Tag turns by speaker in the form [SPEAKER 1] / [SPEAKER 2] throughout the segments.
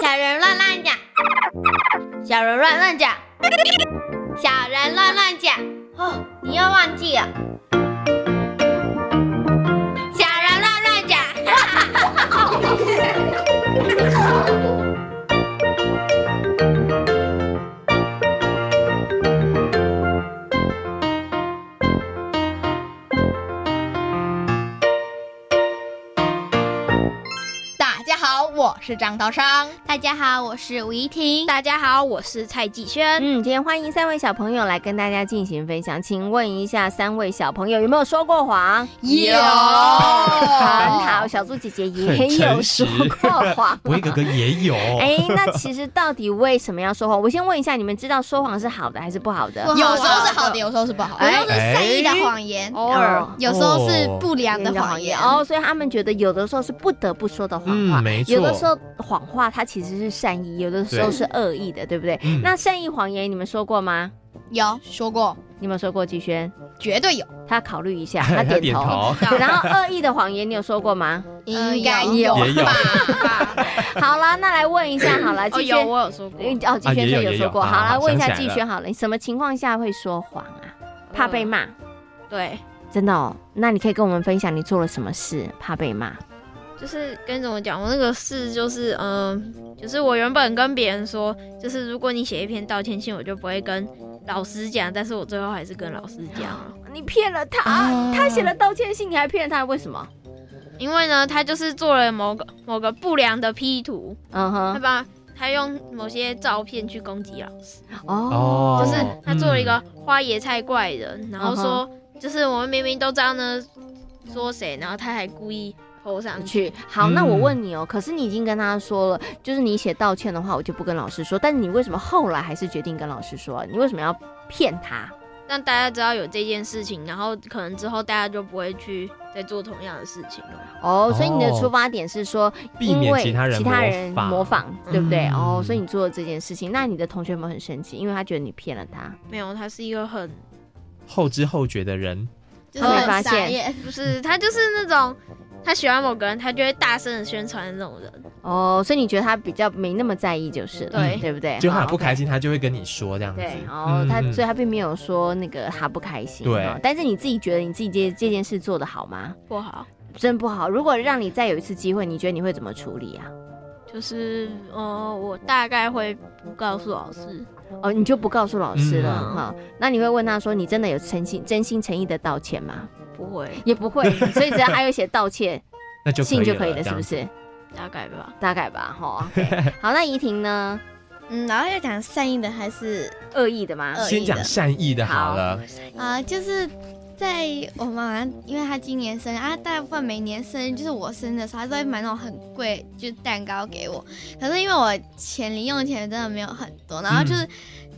[SPEAKER 1] 小人乱乱讲，小人乱乱讲，小人乱乱讲。哦，你又忘记了。小人乱乱讲，
[SPEAKER 2] 大家好，我是张涛商。
[SPEAKER 1] 大家好，我是吴怡婷。
[SPEAKER 3] 大家好，我是蔡继轩。
[SPEAKER 4] 嗯，今天欢迎三位小朋友来跟大家进行分享。请问一下，三位小朋友有没有说过谎？
[SPEAKER 2] 有
[SPEAKER 4] 很好，小猪姐姐也有说过谎。
[SPEAKER 5] 我一哥哥也有，
[SPEAKER 4] 哎，那其实到底为什么要说谎？我先问一下，你们知道说谎是好的还是不好的？
[SPEAKER 1] 不
[SPEAKER 2] 有时候是好的，有时候是不好的。
[SPEAKER 1] 有时候是
[SPEAKER 4] 哎
[SPEAKER 1] 善意的谎
[SPEAKER 2] 哎
[SPEAKER 1] 言，
[SPEAKER 4] 偶尔
[SPEAKER 2] 有时候是不良的
[SPEAKER 4] 的
[SPEAKER 2] 谎言。
[SPEAKER 4] 哦，所以他们觉得有的时候是不得不说的谎话，
[SPEAKER 5] 嗯没错
[SPEAKER 4] 有的时候谎话它其实是善意，有的时候是恶意的，对不对？
[SPEAKER 5] 嗯
[SPEAKER 4] 那善意谎言你们说过吗？
[SPEAKER 2] 有说过，
[SPEAKER 4] 你有没有说过季轩？
[SPEAKER 2] 绝对有，
[SPEAKER 4] 他考虑一下，
[SPEAKER 5] 他
[SPEAKER 4] 他点
[SPEAKER 5] 点
[SPEAKER 4] 头。
[SPEAKER 5] 头，
[SPEAKER 4] 然后恶意的谎言你有说过 吗？
[SPEAKER 2] 应
[SPEAKER 1] 应
[SPEAKER 2] 该
[SPEAKER 1] 该
[SPEAKER 2] 嗯有
[SPEAKER 5] 也有
[SPEAKER 2] 吧？
[SPEAKER 4] 好啦，那来问一下好了，
[SPEAKER 3] 哦，
[SPEAKER 4] 季
[SPEAKER 3] 有
[SPEAKER 4] 轩。
[SPEAKER 3] 我有说过，
[SPEAKER 4] 嗯哦，季轩
[SPEAKER 5] 啊也有
[SPEAKER 4] 说有
[SPEAKER 5] 也
[SPEAKER 4] 说
[SPEAKER 5] 有
[SPEAKER 4] 过。
[SPEAKER 5] 好
[SPEAKER 4] 好
[SPEAKER 5] 好
[SPEAKER 4] 来问一下
[SPEAKER 5] 想起
[SPEAKER 4] 季
[SPEAKER 5] 来
[SPEAKER 4] 轩好了，你什么情况下会说谎啊？怕被骂？
[SPEAKER 3] 对，
[SPEAKER 4] 真的哦？那你可以跟我们分享你做了什么事，怕被骂？
[SPEAKER 3] 就是跟怎么讲，我那个事就是，嗯、就是我原本跟别人说，就是如果你写一篇道歉信，我就不会跟老师讲，但是我最后还是跟老师讲 了，
[SPEAKER 4] 你骗了他，他写了道歉信，你还骗了他，为什么？
[SPEAKER 3] 因为呢，他就是做了某个某个不良的 P 图，
[SPEAKER 4] 嗯
[SPEAKER 3] 他
[SPEAKER 4] 哼，
[SPEAKER 3] 把他用某些照片去攻击老师，
[SPEAKER 4] 哦，
[SPEAKER 3] 就是他做了一个
[SPEAKER 5] 嗯
[SPEAKER 3] 花椰菜怪人，然后说，就是我们明明都知道呢，说谁，然后他还故意 p 上去。
[SPEAKER 4] 去。好，那我
[SPEAKER 5] 哦嗯
[SPEAKER 4] 问你哦，可是你已经跟他说了，就是你写道歉的话，我就不跟老师说。但是你为什么后来还是决定跟老师说？你为什么要骗他？
[SPEAKER 3] 让大家知道有这件事情，然后可能之后大家就不会去再做同样的事情了。
[SPEAKER 4] 哦，所以你的
[SPEAKER 5] 哦
[SPEAKER 4] 出发点是说，
[SPEAKER 5] 避
[SPEAKER 4] 因
[SPEAKER 5] 免
[SPEAKER 4] 为
[SPEAKER 5] 其他人
[SPEAKER 4] 其他人
[SPEAKER 5] 仿
[SPEAKER 4] 模仿，对不对？
[SPEAKER 5] 嗯
[SPEAKER 4] 哦，所以你做了这件事情，那你的同学们很生气，因为他觉得你骗了他。
[SPEAKER 3] 没有，他是一个很
[SPEAKER 5] 后知后觉的人，
[SPEAKER 2] 就是
[SPEAKER 4] 没
[SPEAKER 2] 很
[SPEAKER 4] 发
[SPEAKER 2] 傻
[SPEAKER 4] 现
[SPEAKER 2] 眼。
[SPEAKER 3] 不是他就是那种他喜欢某个人，他就会大声的宣传的那种人。
[SPEAKER 4] 哦，所以你觉得他比较没那么在意就是了，
[SPEAKER 3] 对
[SPEAKER 4] 对不对？
[SPEAKER 5] 就他
[SPEAKER 4] 好
[SPEAKER 5] 不开。心，他就会跟你说这样
[SPEAKER 4] OK
[SPEAKER 5] 子。
[SPEAKER 4] 对，哦，他
[SPEAKER 5] 嗯
[SPEAKER 4] 所以他并没有说那个他不开心，
[SPEAKER 5] 对
[SPEAKER 4] 哦但是你自己觉得你自己这这件事做得好吗？
[SPEAKER 3] 不好，
[SPEAKER 4] 真不好。如果让你再有一次机会，你觉得你会怎么处理啊？
[SPEAKER 3] 就是呃，我大概会不告诉老师，
[SPEAKER 4] 哦，你就不告诉老师了
[SPEAKER 5] 嗯
[SPEAKER 4] 哈、那你会问他说，你真的有诚心、真心诚意的道歉吗？
[SPEAKER 3] 不会，
[SPEAKER 4] 也不会， 所以只要他有写道歉
[SPEAKER 5] 那就
[SPEAKER 4] 信就
[SPEAKER 5] 可
[SPEAKER 4] 可以
[SPEAKER 5] 以了
[SPEAKER 4] 了，是不？
[SPEAKER 5] 这样子
[SPEAKER 4] 是？
[SPEAKER 3] 大概吧。
[SPEAKER 4] 大概吧，哈。OK 好，那怡婷呢？
[SPEAKER 2] 嗯，然后要讲善意的还是
[SPEAKER 4] 恶意的吗？
[SPEAKER 2] 恶意
[SPEAKER 5] 先讲善意的
[SPEAKER 4] 好
[SPEAKER 5] 好了，
[SPEAKER 2] 啊、就是在我妈妈，因为她今年生日啊，大部分每年生日就是我生日的时候，她都会买那种很贵就是蛋糕给我。可是因为我钱零用钱真的没有很多，然后就是。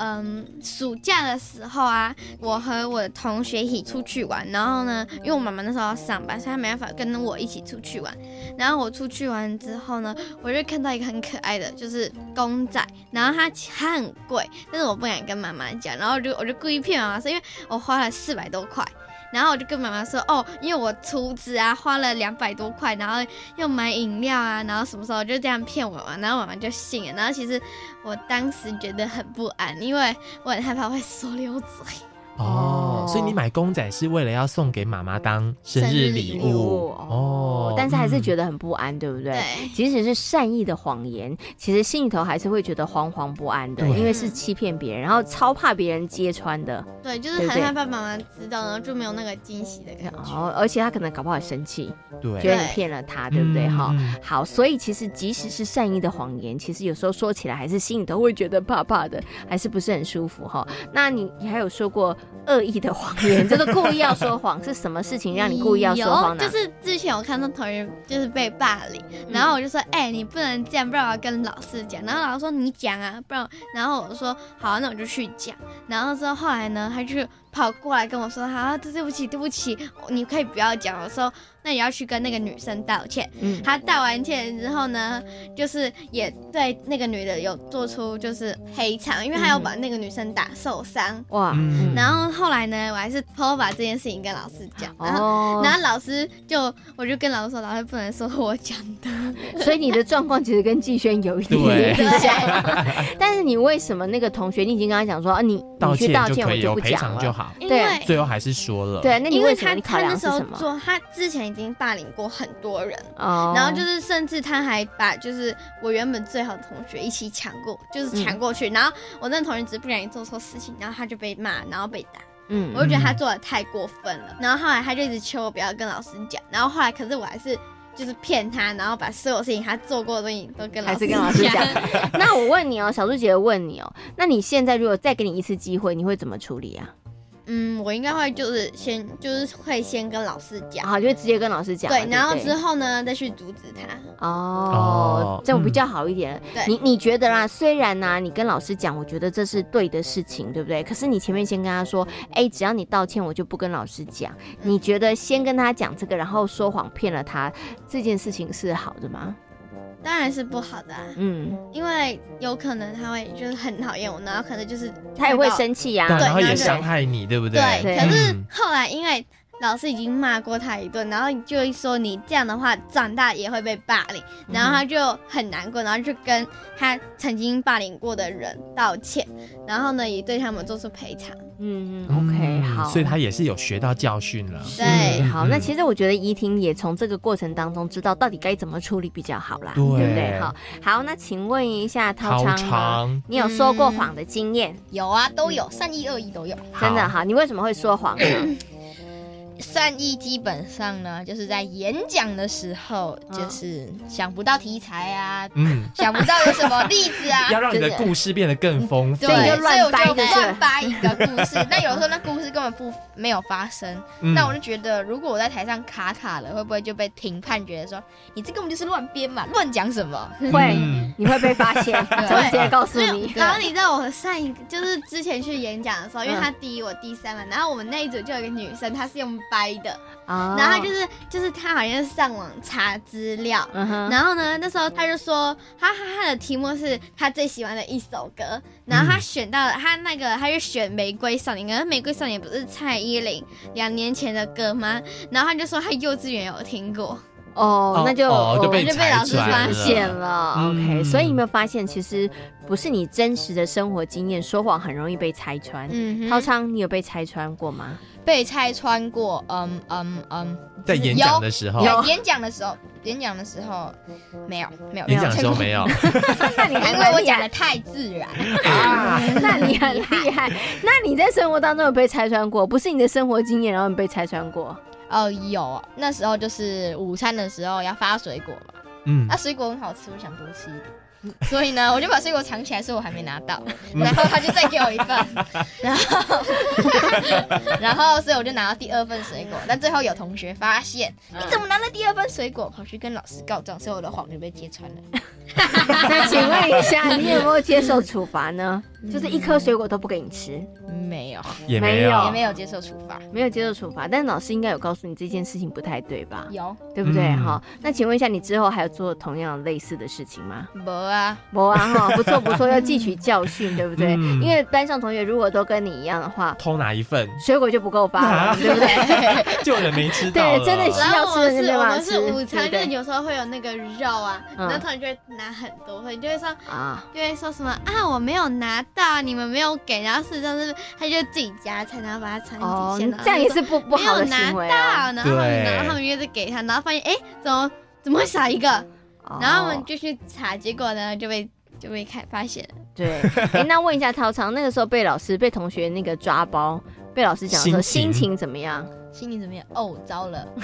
[SPEAKER 2] 嗯，暑假的时候啊，我和我的同学一起出去玩，然后呢，因为我妈妈那时候要上班，所以她没办法跟我一起出去玩。然后我出去玩之后呢，我就看到一个很可爱的，就是公仔，然后它它很贵，但是我不敢跟妈妈讲，然后我就我就故意骗妈妈说，因为我花了四百多块。然后我就跟妈妈说，哦，因为我出资啊，花了两百多块，然后又买饮料啊，然后什么时候就这样骗我嘛，啊然后妈妈就信了。然后其实我当时觉得很不安，因为我很害怕会说溜嘴。
[SPEAKER 5] 哦
[SPEAKER 4] 哦，
[SPEAKER 5] 所以你买公仔是为了要送给妈妈当生日礼
[SPEAKER 2] 生日
[SPEAKER 4] 礼
[SPEAKER 5] 物
[SPEAKER 4] 物哦，但是还
[SPEAKER 5] 嗯
[SPEAKER 4] 是觉得很不安，对不对？
[SPEAKER 2] 对
[SPEAKER 4] 即使是善意的谎言，其实心里头还是会觉得惶惶不安的，
[SPEAKER 5] 对
[SPEAKER 4] 因为是欺骗别人，然后超怕别人揭穿的，
[SPEAKER 2] 对，就是很
[SPEAKER 4] 对不对
[SPEAKER 2] 害怕妈妈知道，然后就没有那个惊喜的感
[SPEAKER 4] 然
[SPEAKER 2] 觉。
[SPEAKER 4] 后而且他可能搞不好也生气，
[SPEAKER 5] 嗯对，
[SPEAKER 4] 觉得
[SPEAKER 2] 对
[SPEAKER 4] 你骗了他，对不对？
[SPEAKER 5] 嗯
[SPEAKER 4] 哈、
[SPEAKER 5] 嗯
[SPEAKER 4] 好，所以其实即使是善意的谎言，其实有时候说起来还是心里头会觉得怕怕的，还是不是很舒服哈。那你你还有说过恶意的谎言， 就是故意要说谎，是什么事情让你故意要说谎
[SPEAKER 2] 嗯
[SPEAKER 4] 呢？嗯
[SPEAKER 2] 有就是之前我看到同学就是被霸凌，然后我就说，哎、你不能这样，不然我要跟老师讲。然后老师说你讲啊，不然我，然后我说好、那我就去讲。然后之后后来呢，他就跑过来跟我说，好、对不起，对不起，你可以不要讲。我说那那也要去跟那个女生道歉。
[SPEAKER 4] 嗯，
[SPEAKER 2] 他道完歉之后呢，就是也对那个女的有做出就是赔偿，因为他有把那个女生打受伤。
[SPEAKER 4] 哇，
[SPEAKER 5] 嗯
[SPEAKER 2] 然后后来呢，我还是偷偷把这件事情跟老师讲，然后、
[SPEAKER 4] 哦，
[SPEAKER 2] 然后老师就我就跟老师说，老师不能说我讲 的，
[SPEAKER 4] 所以你的状况其实跟季轩有一点
[SPEAKER 5] 对
[SPEAKER 4] 点像， 但是你为什么那个同学，你已经跟他讲说啊，你
[SPEAKER 5] 道
[SPEAKER 4] 你去道
[SPEAKER 5] 歉就
[SPEAKER 4] 歉，
[SPEAKER 5] 可
[SPEAKER 4] 我
[SPEAKER 5] 以，有哦
[SPEAKER 4] 不
[SPEAKER 5] 赔
[SPEAKER 4] 讲
[SPEAKER 5] 偿就
[SPEAKER 4] 了。
[SPEAKER 5] 好。
[SPEAKER 2] 因
[SPEAKER 4] 对
[SPEAKER 2] 为。
[SPEAKER 5] 最后还是说了，
[SPEAKER 4] 对，那你
[SPEAKER 2] 因
[SPEAKER 4] 为
[SPEAKER 2] 为
[SPEAKER 4] 什么
[SPEAKER 2] 他
[SPEAKER 4] 你考
[SPEAKER 2] 他
[SPEAKER 4] 量
[SPEAKER 2] 那
[SPEAKER 4] 是
[SPEAKER 2] 时候
[SPEAKER 4] 什么？
[SPEAKER 2] 做，他之前已经霸凌过很多人，
[SPEAKER 4] 哦
[SPEAKER 2] 然后就是甚至他还把就是我原本最好的同学一起抢过，
[SPEAKER 4] 嗯
[SPEAKER 2] 就是抢过去，然后我那个同学只是不小心做错事情，然后他就被骂，然后被打，
[SPEAKER 4] 嗯
[SPEAKER 2] 我就觉得他做的太过分了。然后后来他就一直求我不要跟老师讲，然后后来可是我还是就是骗他，然后把所有事情他做过的东西都跟老
[SPEAKER 4] 还
[SPEAKER 2] 师
[SPEAKER 4] 是跟老师讲。那我问你哦，小猪姐姐问你哦，那你现在如果再给你一次机会，你会怎么处理啊？
[SPEAKER 2] 嗯，我应该会就是先就是会先跟老师讲。
[SPEAKER 4] 好，就直接跟老师讲啊嘛。
[SPEAKER 2] 对，然后
[SPEAKER 4] 不
[SPEAKER 2] 之后呢，再去阻止他。
[SPEAKER 4] 哦
[SPEAKER 5] 哦，
[SPEAKER 4] 这样比较好一点。
[SPEAKER 2] 对
[SPEAKER 4] 你你觉得啦？虽然呢、你跟老师讲，我觉得这是对的事情，对不对？可是你前面先跟他说，哎，只要你道歉，我就不跟老师讲。你觉得先跟他讲这个，然后说谎骗了他，这件事情是好的吗？
[SPEAKER 2] 当然是不好的、啊，
[SPEAKER 4] 嗯，
[SPEAKER 2] 因为有可能他会就是很讨厌我，然后可能就是
[SPEAKER 4] 他也会
[SPEAKER 2] 把我
[SPEAKER 4] 生气呀、嗯
[SPEAKER 5] 对，然后
[SPEAKER 2] 对
[SPEAKER 5] 也
[SPEAKER 2] 对
[SPEAKER 5] 伤害你，对不
[SPEAKER 2] 对，
[SPEAKER 4] 对
[SPEAKER 2] 可是
[SPEAKER 5] 嗯
[SPEAKER 2] 后来因为老师已经骂过他一顿，然后就会说你这样的话长大也会被霸凌，
[SPEAKER 4] 嗯
[SPEAKER 2] 然后他就很难过，然后就跟他曾经霸凌过的人道歉，然后呢也对他们做出赔偿。
[SPEAKER 4] 嗯嗯
[SPEAKER 5] 嗯
[SPEAKER 4] ，OK，好。
[SPEAKER 5] 所以他也是有学到教训了。
[SPEAKER 2] 对
[SPEAKER 5] 嗯
[SPEAKER 4] 好，那其
[SPEAKER 5] 实
[SPEAKER 4] 实我觉得怡婷也从这个过程当中知道到底该怎么处理比较好啦，
[SPEAKER 5] 对
[SPEAKER 4] 不对？好，好，那请问一下涛
[SPEAKER 5] 超
[SPEAKER 4] 昌呢，
[SPEAKER 5] 长，
[SPEAKER 4] 你有说
[SPEAKER 2] 嗯
[SPEAKER 4] 过谎的经验？
[SPEAKER 6] 有啊，都
[SPEAKER 4] 嗯
[SPEAKER 6] 有，善意、恶意都有。
[SPEAKER 4] 哦真的
[SPEAKER 5] 好，
[SPEAKER 4] 好，你为什么会说谎呢？
[SPEAKER 6] 善意基本上呢，就是在演讲的时候，
[SPEAKER 4] 嗯
[SPEAKER 6] 就是想不到题材啊，
[SPEAKER 5] 嗯，
[SPEAKER 6] 想不到有什么例 子啊，
[SPEAKER 5] 要让你的
[SPEAKER 4] 真的
[SPEAKER 5] 故事变得更丰富
[SPEAKER 6] 对，
[SPEAKER 4] 所，以你就
[SPEAKER 6] 所以
[SPEAKER 4] 乱
[SPEAKER 6] 我
[SPEAKER 4] 掰
[SPEAKER 6] 就
[SPEAKER 4] 就对了
[SPEAKER 6] 乱掰一个故 事。那有时候那故事根本不没有发生，
[SPEAKER 5] 嗯
[SPEAKER 6] 那我就觉得，如果我在台上卡卡了，会不会就被评判觉得说你这根本就是乱编嘛，乱讲什么？
[SPEAKER 4] 会，
[SPEAKER 5] 嗯
[SPEAKER 4] 你会被发 现，
[SPEAKER 6] 对
[SPEAKER 4] 我会直接告诉
[SPEAKER 2] 没有
[SPEAKER 4] 你。
[SPEAKER 2] 然后你知道我上一个就是之前去演讲的时候，因为
[SPEAKER 4] 嗯
[SPEAKER 2] 他第一我第三嘛，然后我们那一组就有一个女生，她是用掰的，
[SPEAKER 6] 哦
[SPEAKER 2] 然
[SPEAKER 4] 然
[SPEAKER 2] 后她就是就是她好像是上网查资料，
[SPEAKER 4] 嗯哼，
[SPEAKER 2] 然后呢，那时候他就说，他他他的题目是他最喜欢的一首歌，然后他选到了他那个，他就选《玫瑰少年》，可是《玫瑰少年》不是蔡依林两年前的歌吗？然后他就说他幼稚园有听过，
[SPEAKER 4] 哦，那就
[SPEAKER 5] 哦就被
[SPEAKER 4] 我
[SPEAKER 5] 裁
[SPEAKER 4] 老师
[SPEAKER 5] 出来
[SPEAKER 4] 发
[SPEAKER 5] 了
[SPEAKER 4] 现了。
[SPEAKER 5] 嗯
[SPEAKER 4] OK，所以你有没有发现，其实不是你真实的生活经验，说谎很容易被拆穿。
[SPEAKER 6] 嗯
[SPEAKER 4] 涛
[SPEAKER 6] 哼，
[SPEAKER 4] 昌，你有被拆穿过吗？
[SPEAKER 6] 被拆穿过，嗯嗯嗯，
[SPEAKER 5] 在演讲的时候，
[SPEAKER 6] 有演讲的时候，演讲的时候没有没有
[SPEAKER 5] 演讲的时候没
[SPEAKER 6] 有，
[SPEAKER 5] 有
[SPEAKER 4] 那你还
[SPEAKER 6] 因为
[SPEAKER 4] 蛮
[SPEAKER 6] 我
[SPEAKER 4] 厉
[SPEAKER 6] 讲
[SPEAKER 4] 害
[SPEAKER 6] 的太自然。
[SPEAKER 4] 啊， 那你很厉害。那你在生活当中有被拆穿过？不是你的生活经验，然后你被拆穿过？
[SPEAKER 6] 哦，有，那时候就是午餐的时候要发水果嘛，
[SPEAKER 5] 嗯
[SPEAKER 6] 那、，啊水果很好吃，我想多吃一点， 所以呢，我就把水果藏起来，所以我还没拿到，然后他就再给我一份， 然后， 然后，所以我就拿到第二份水果，但最后有同学发现，你怎么拿了第二份水果，跑去跟老师告状，所以我的谎就被揭穿了。
[SPEAKER 4] 那请问一下，你有没有接受处罚 呢？就是一颗水果都不给你吃，
[SPEAKER 6] 没有，
[SPEAKER 5] 也
[SPEAKER 4] 没
[SPEAKER 5] 没
[SPEAKER 4] 有
[SPEAKER 6] 也没有接受处罚，
[SPEAKER 4] 没有接受处罚，但老师应该有告诉你这件事情不太对吧？
[SPEAKER 6] 有，
[SPEAKER 4] 对不对？
[SPEAKER 5] 嗯
[SPEAKER 4] 哈、那请问一下，你之后还有做同样类似的事情 吗？
[SPEAKER 6] 没啊，
[SPEAKER 4] 没啊，哈，不错不错，要汲取教训，对不对？
[SPEAKER 5] 嗯
[SPEAKER 4] 因为班上同学如果都跟你一样的话，
[SPEAKER 5] 偷拿一份，
[SPEAKER 4] 水果就不够发了，对 不对？
[SPEAKER 5] 就有人没吃到了，
[SPEAKER 4] 对真的是
[SPEAKER 2] 然后我
[SPEAKER 4] 要吃
[SPEAKER 2] 们是
[SPEAKER 4] 的就没
[SPEAKER 2] 我
[SPEAKER 4] 办法
[SPEAKER 2] 们是
[SPEAKER 4] 吃
[SPEAKER 2] 午餐，就
[SPEAKER 4] 对不对
[SPEAKER 2] 是有时候会有那个肉啊，然
[SPEAKER 4] 嗯
[SPEAKER 2] 后同学就会拿很多，所以就会说
[SPEAKER 4] 啊，
[SPEAKER 2] 就会说什么啊我没有拿到，你们没有给，然后事实上是他就自己夹菜，然后把它藏
[SPEAKER 4] 哦
[SPEAKER 2] 进去，然后就说，
[SPEAKER 4] 这样也是不不
[SPEAKER 2] 没
[SPEAKER 4] 好
[SPEAKER 2] 有
[SPEAKER 4] 的
[SPEAKER 2] 拿
[SPEAKER 4] 行为、
[SPEAKER 2] 到，
[SPEAKER 4] 哦。
[SPEAKER 2] 然后他们
[SPEAKER 5] 对
[SPEAKER 2] 然后他们就是给他，然后发现哎怎么怎么会少一个？
[SPEAKER 4] 哦
[SPEAKER 2] 然后我们就去查，结果呢就被就被看发现了。
[SPEAKER 4] 对， 哎，那问一下涛昌，那个时候被老师、被同学那个抓包，被老师讲的时候，
[SPEAKER 5] 心
[SPEAKER 4] 心
[SPEAKER 5] 情
[SPEAKER 4] 情怎么样？
[SPEAKER 6] 心里怎么样？哦，糟了，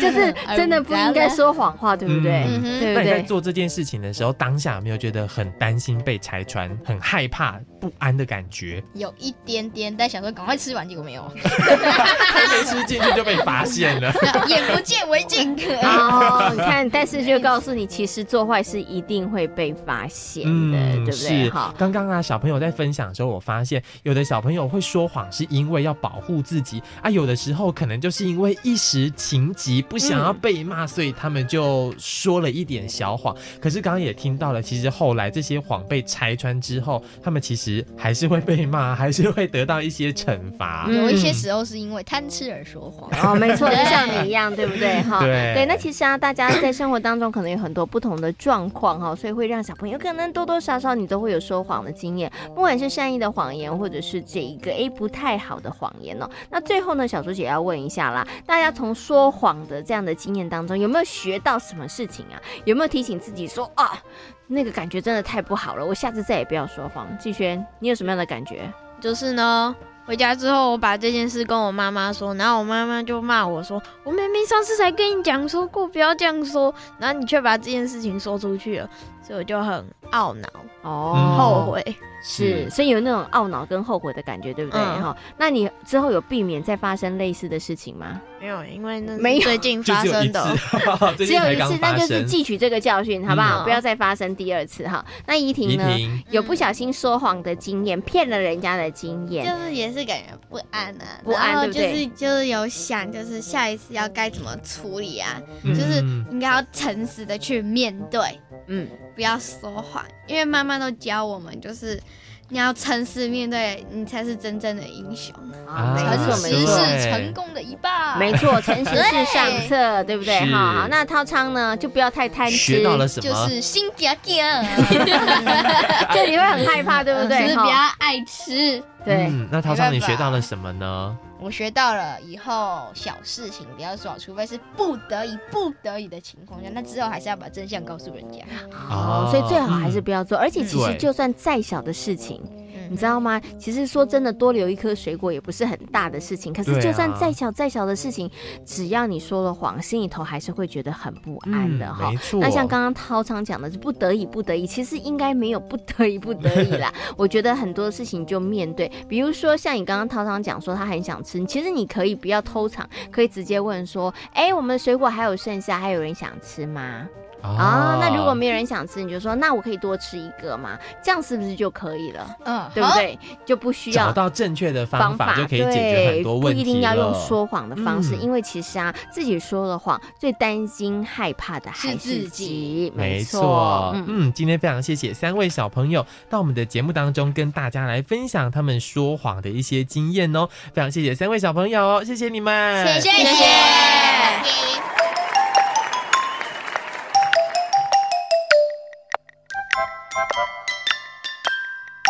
[SPEAKER 4] 就是真的不应该说谎话，对不对？
[SPEAKER 5] 哎嗯
[SPEAKER 6] 哼
[SPEAKER 4] 对
[SPEAKER 5] 那
[SPEAKER 4] 不
[SPEAKER 5] 你在
[SPEAKER 4] 对？
[SPEAKER 5] 做这件事情的时候，当下有没有觉得很担心被拆穿、很害怕、不安的感 觉？
[SPEAKER 6] 有一点点，但想说赶快吃完，结果没有，
[SPEAKER 5] 还没吃进去就被发现了。
[SPEAKER 6] 眼不见为净。
[SPEAKER 4] 哦，你看，但是就告诉你，其实做坏事一定会被发现的，对不对？
[SPEAKER 5] 嗯是
[SPEAKER 4] 好。，
[SPEAKER 5] 刚刚啊，小朋友在分享的时候，我发现有的小朋友会说谎，是因为要保护自己啊；有的时候可能就是因为一时情急，不想要被骂，所以他们就说了一点小谎。可是刚刚也听到了，其实后来这些谎被拆穿之后，他们其实还是会被骂，还是会得到一些惩罚。
[SPEAKER 4] 嗯
[SPEAKER 6] 有一些时候是因为贪吃而说谎。
[SPEAKER 4] 哦，没错，就像你一样，对不对？ 哈，
[SPEAKER 5] 对
[SPEAKER 4] 那其实啊，大家在生活当中可能有很多不同的状况哈，所以会让小朋友可能多多少少你都会有说谎的经验，不管是善意的谎言，或者是这一个诶不太好的谎言哦。那最后呢，小猪姐要问一下啦，大家从说谎的这样的经验当中，有没有学到什么事情啊？有没有提醒自己说啊，那个感觉真的太不好了，我下次再也不要说谎？季轩，你有什么样的感觉？
[SPEAKER 3] 就是呢，回家之后我把这件事跟我妈妈说，然后我妈妈就骂我说：“我明明上次才跟你讲说过不要这样说，然后你却把这件事情说出去了。”所以我就很懊恼、
[SPEAKER 4] 哦，
[SPEAKER 3] 后悔。
[SPEAKER 5] 嗯
[SPEAKER 4] 是，所以有那种懊恼跟后悔的感觉，对不对？
[SPEAKER 3] 嗯
[SPEAKER 4] 哈、那你之后有避免再发生类似的事情吗？
[SPEAKER 3] 没有，因为那是
[SPEAKER 4] 没有
[SPEAKER 3] 最近
[SPEAKER 5] 嗯就
[SPEAKER 3] 发
[SPEAKER 5] 只有一
[SPEAKER 3] 生
[SPEAKER 5] 次
[SPEAKER 3] 的。，
[SPEAKER 5] 最
[SPEAKER 4] 只
[SPEAKER 5] 近
[SPEAKER 4] 有
[SPEAKER 5] 才
[SPEAKER 4] 一次
[SPEAKER 5] 刚，
[SPEAKER 4] 那
[SPEAKER 5] 发
[SPEAKER 4] 就是
[SPEAKER 5] 生。
[SPEAKER 4] 汲取这个教训，好不好？
[SPEAKER 3] 嗯
[SPEAKER 4] 不要再发生第二次哈。那依
[SPEAKER 5] 怡
[SPEAKER 4] 婷呢？
[SPEAKER 5] 婷，
[SPEAKER 4] 有不小心说谎的经验，骗了人家的经验，
[SPEAKER 2] 就是也是感觉不安啊，
[SPEAKER 4] 不安
[SPEAKER 2] 然后
[SPEAKER 4] 对不
[SPEAKER 2] 就
[SPEAKER 4] 对
[SPEAKER 2] 是就是有想，就是下一次要该怎么处理啊，
[SPEAKER 5] 嗯
[SPEAKER 2] 就是应该要诚实的去面对，
[SPEAKER 4] 嗯，
[SPEAKER 2] 不要说谎，因为妈妈都教我们，就是你要诚实面对，你才是真正的英雄。
[SPEAKER 4] 啊，没
[SPEAKER 5] 啊
[SPEAKER 4] 错
[SPEAKER 6] 诚
[SPEAKER 4] 没
[SPEAKER 6] 实
[SPEAKER 4] 错。
[SPEAKER 5] 对
[SPEAKER 6] 是成功的一半。
[SPEAKER 4] 没错，诚实是上策，对不对？
[SPEAKER 5] 是
[SPEAKER 4] 哈，好，那涛昌呢，就不要太贪吃，
[SPEAKER 5] 学到了什
[SPEAKER 6] 就
[SPEAKER 5] 么？
[SPEAKER 6] 是心嗲嗲，
[SPEAKER 4] 就你会很害怕，对不
[SPEAKER 2] 就
[SPEAKER 4] 对？
[SPEAKER 2] 是比较
[SPEAKER 4] 哈，
[SPEAKER 2] 爱吃。
[SPEAKER 4] 对，
[SPEAKER 5] 嗯，那涛
[SPEAKER 6] 没
[SPEAKER 5] 超
[SPEAKER 6] 办
[SPEAKER 5] 你学
[SPEAKER 6] 法
[SPEAKER 5] 到了什么呢？
[SPEAKER 6] 我学到了，以后小事情不要说谎，除非是不得已、不得已的情况下，那之后还是要把真相告诉人家。
[SPEAKER 4] 哦，所以最好还是
[SPEAKER 5] 嗯
[SPEAKER 4] 不要做。而且其实
[SPEAKER 5] 对
[SPEAKER 4] 就算再小的事情，
[SPEAKER 6] 嗯
[SPEAKER 4] 你知道吗？其实说真的，多留一颗水果也不是很大的事情。可是
[SPEAKER 5] 对啊
[SPEAKER 4] 就算再小再小的事情，只要你说了谎，心里头还是会觉得很不安的哈。
[SPEAKER 5] 嗯没错。
[SPEAKER 4] 那像刚刚涛昌讲的是不得已不得已，其实应该没有不得已不得已 啦。我觉得很多事情就面对，比如说像你刚刚涛昌讲说他很想吃，其实你可以不要偷藏，可以直接问说，哎，我们的水果还有剩下，还有人想吃吗？
[SPEAKER 5] 哦
[SPEAKER 4] 啊，那如果没有人想吃，你就说那我可以多吃一个吗？这样是不是就可以了？
[SPEAKER 6] 嗯，
[SPEAKER 4] 对不对？就不需
[SPEAKER 5] 找
[SPEAKER 4] 要。
[SPEAKER 5] 到正确的
[SPEAKER 4] 方
[SPEAKER 5] 方法，就可以解决很多问
[SPEAKER 4] 对
[SPEAKER 5] 题
[SPEAKER 4] 不一定要用
[SPEAKER 5] 了
[SPEAKER 4] 说谎的方式，
[SPEAKER 5] 嗯
[SPEAKER 4] 因为其实啊，自己说了谎，最担心、害怕的还是
[SPEAKER 6] 是自己
[SPEAKER 4] 己。
[SPEAKER 5] 没
[SPEAKER 4] 错
[SPEAKER 5] 错，，
[SPEAKER 4] 嗯，
[SPEAKER 5] 嗯，今天非常谢谢三位小朋友到我们的节目当中跟大家来分享他们说谎的一些经验哦，非常谢谢三位小朋友，谢谢你们，
[SPEAKER 6] 谢谢谢谢。